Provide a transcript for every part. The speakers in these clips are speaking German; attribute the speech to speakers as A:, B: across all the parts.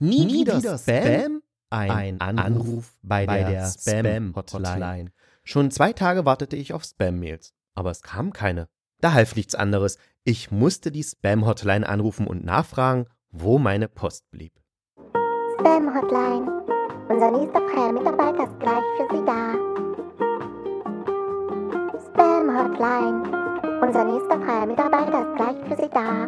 A: Nie, wieder, Spam? Ein, Anruf, bei der, Spam-Hotline. Schon zwei Tage wartete ich auf Spam-Mails, aber es kamen keine. Da half nichts anderes. Ich musste die Spam-Hotline anrufen und nachfragen, wo meine Post blieb.
B: Spam Hotline. Unser nächster freier Mitarbeiter ist gleich für Sie da. Spam Hotline. Unser nächster freier Mitarbeiter ist gleich für Sie da.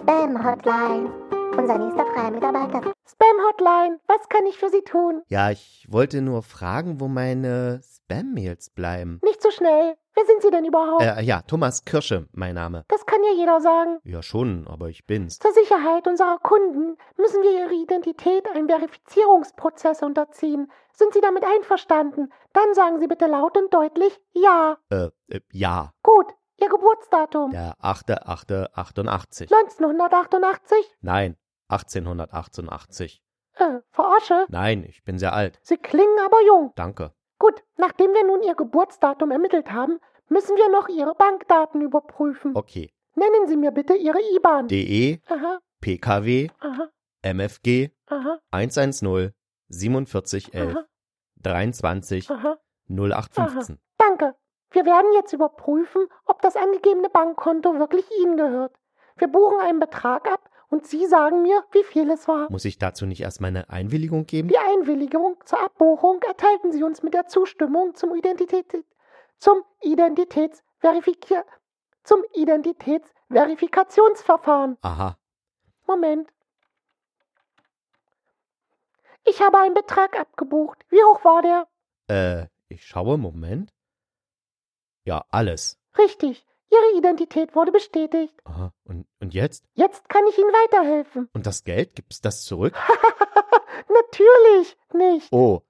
B: Spam Hotline. Unser nächster freier Mitarbeiter. Spam Hotline. Was kann ich für Sie tun?
A: Ja, ich wollte nur fragen, wo meine Spam-Mails bleiben.
B: Nicht so schnell. Wer sind Sie denn überhaupt?
A: Äh, ja, Thomas Kirsche, mein Name.
B: Das kann ja jeder sagen.
A: Ja, schon, aber ich bin's.
B: Zur Sicherheit unserer Kunden müssen wir Ihre Identität einem Verifizierungsprozess unterziehen. Sind Sie damit einverstanden? Dann sagen Sie bitte laut und deutlich Ja.
A: Äh, äh ja,
B: Gut, Ihr Geburtsdatum.
A: der 8.8.88.
B: 1988?
A: Nein, 1888.
B: Äh, verarsche.
A: Nein, ich bin sehr alt.
B: Sie klingen aber jung.
A: Danke.
B: Gut, nachdem wir nun Ihr Geburtsdatum ermittelt haben, müssen wir noch Ihre Bankdaten überprüfen.
A: Okay. E
B: Nennen Sie mir bitte Ihre IBAN.
A: DE,
B: aha,
A: PKW,
B: aha,
A: MFG
B: aha,
A: 110 4711
B: aha,
A: 23
B: aha.
A: 0815.
B: Danke. Wir werden jetzt überprüfen, ob das angegebene Bankkonto wirklich Ihnen gehört. Wir buchen einen Betrag ab und Sie sagen mir, wie viel es war.
A: Muss ich dazu nicht erst meine Einwilligung geben?
B: Die Einwilligung zur Abbuchung erteilten Sie uns mit der Zustimmung zum Identität zum Identitätsverifikier zum Identitätsverifikationsverfahren.
A: Aha.
B: Moment. Ich habe einen Betrag abgebucht. Wie hoch war der?
A: Äh, ich schaue, Moment. Ja, alles.
B: Richtig. Ihre Identität wurde bestätigt.
A: Aha. Und, und jetzt?
B: Jetzt kann ich Ihnen weiterhelfen.
A: Und das Geld? Gibt's das zurück?
B: Natürlich nicht.
A: Oh.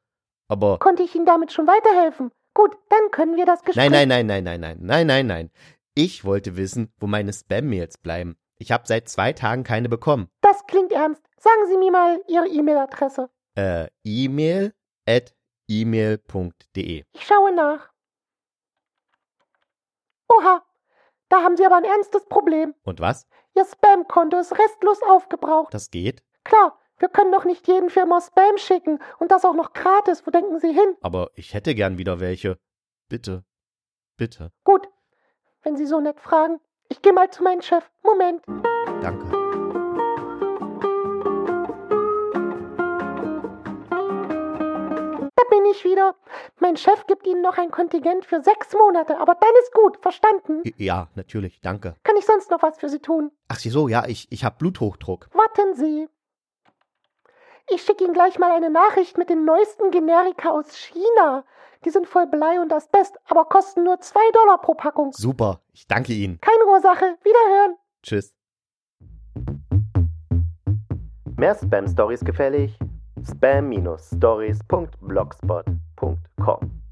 A: Aber.
B: Konnte ich Ihnen damit schon weiterhelfen? Gut, dann können wir das Gespräch.
A: Nein, nein, nein, nein, nein, nein, nein, nein, nein. Ich wollte wissen, wo meine Spam-Mails bleiben. Ich habe seit zwei Tagen keine bekommen.
B: Das klingt ernst. Sagen Sie mir mal Ihre E-Mail-Adresse.
A: Äh, E-Mail at e-mail.de.
B: Ich schaue nach. Oha, da haben Sie aber ein ernstes Problem.
A: Und was?
B: Ihr Spam-Konto ist restlos aufgebraucht.
A: Das geht?
B: Klar, wir können doch nicht jeden Firma Spam schicken und das auch noch gratis. Wo denken Sie hin?
A: Aber ich hätte gern wieder welche. Bitte. Bitte.
B: Gut, wenn Sie so nett fragen. Ich gehe mal zu meinem Chef. Moment.
A: Danke.
B: Da bin ich wieder. Mein Chef gibt Ihnen noch ein Kontingent für sechs Monate, aber dann ist gut, verstanden?
A: I- Ja, natürlich, danke.
B: Kann ich sonst noch was für Sie tun?
A: Ach so, ja, ich, ich habe Bluthochdruck.
B: Warten Sie. Ich schicke Ihnen gleich mal eine Nachricht mit den neuesten Generika aus China. Die sind voll Blei und Asbest, aber kosten nur zwei Dollar pro Packung.
A: Super, ich danke Ihnen.
B: Keine Ursache. Wiederhören.
A: Tschüss. Mehr Spam-Stories gefällig? spam-stories.blogspot.com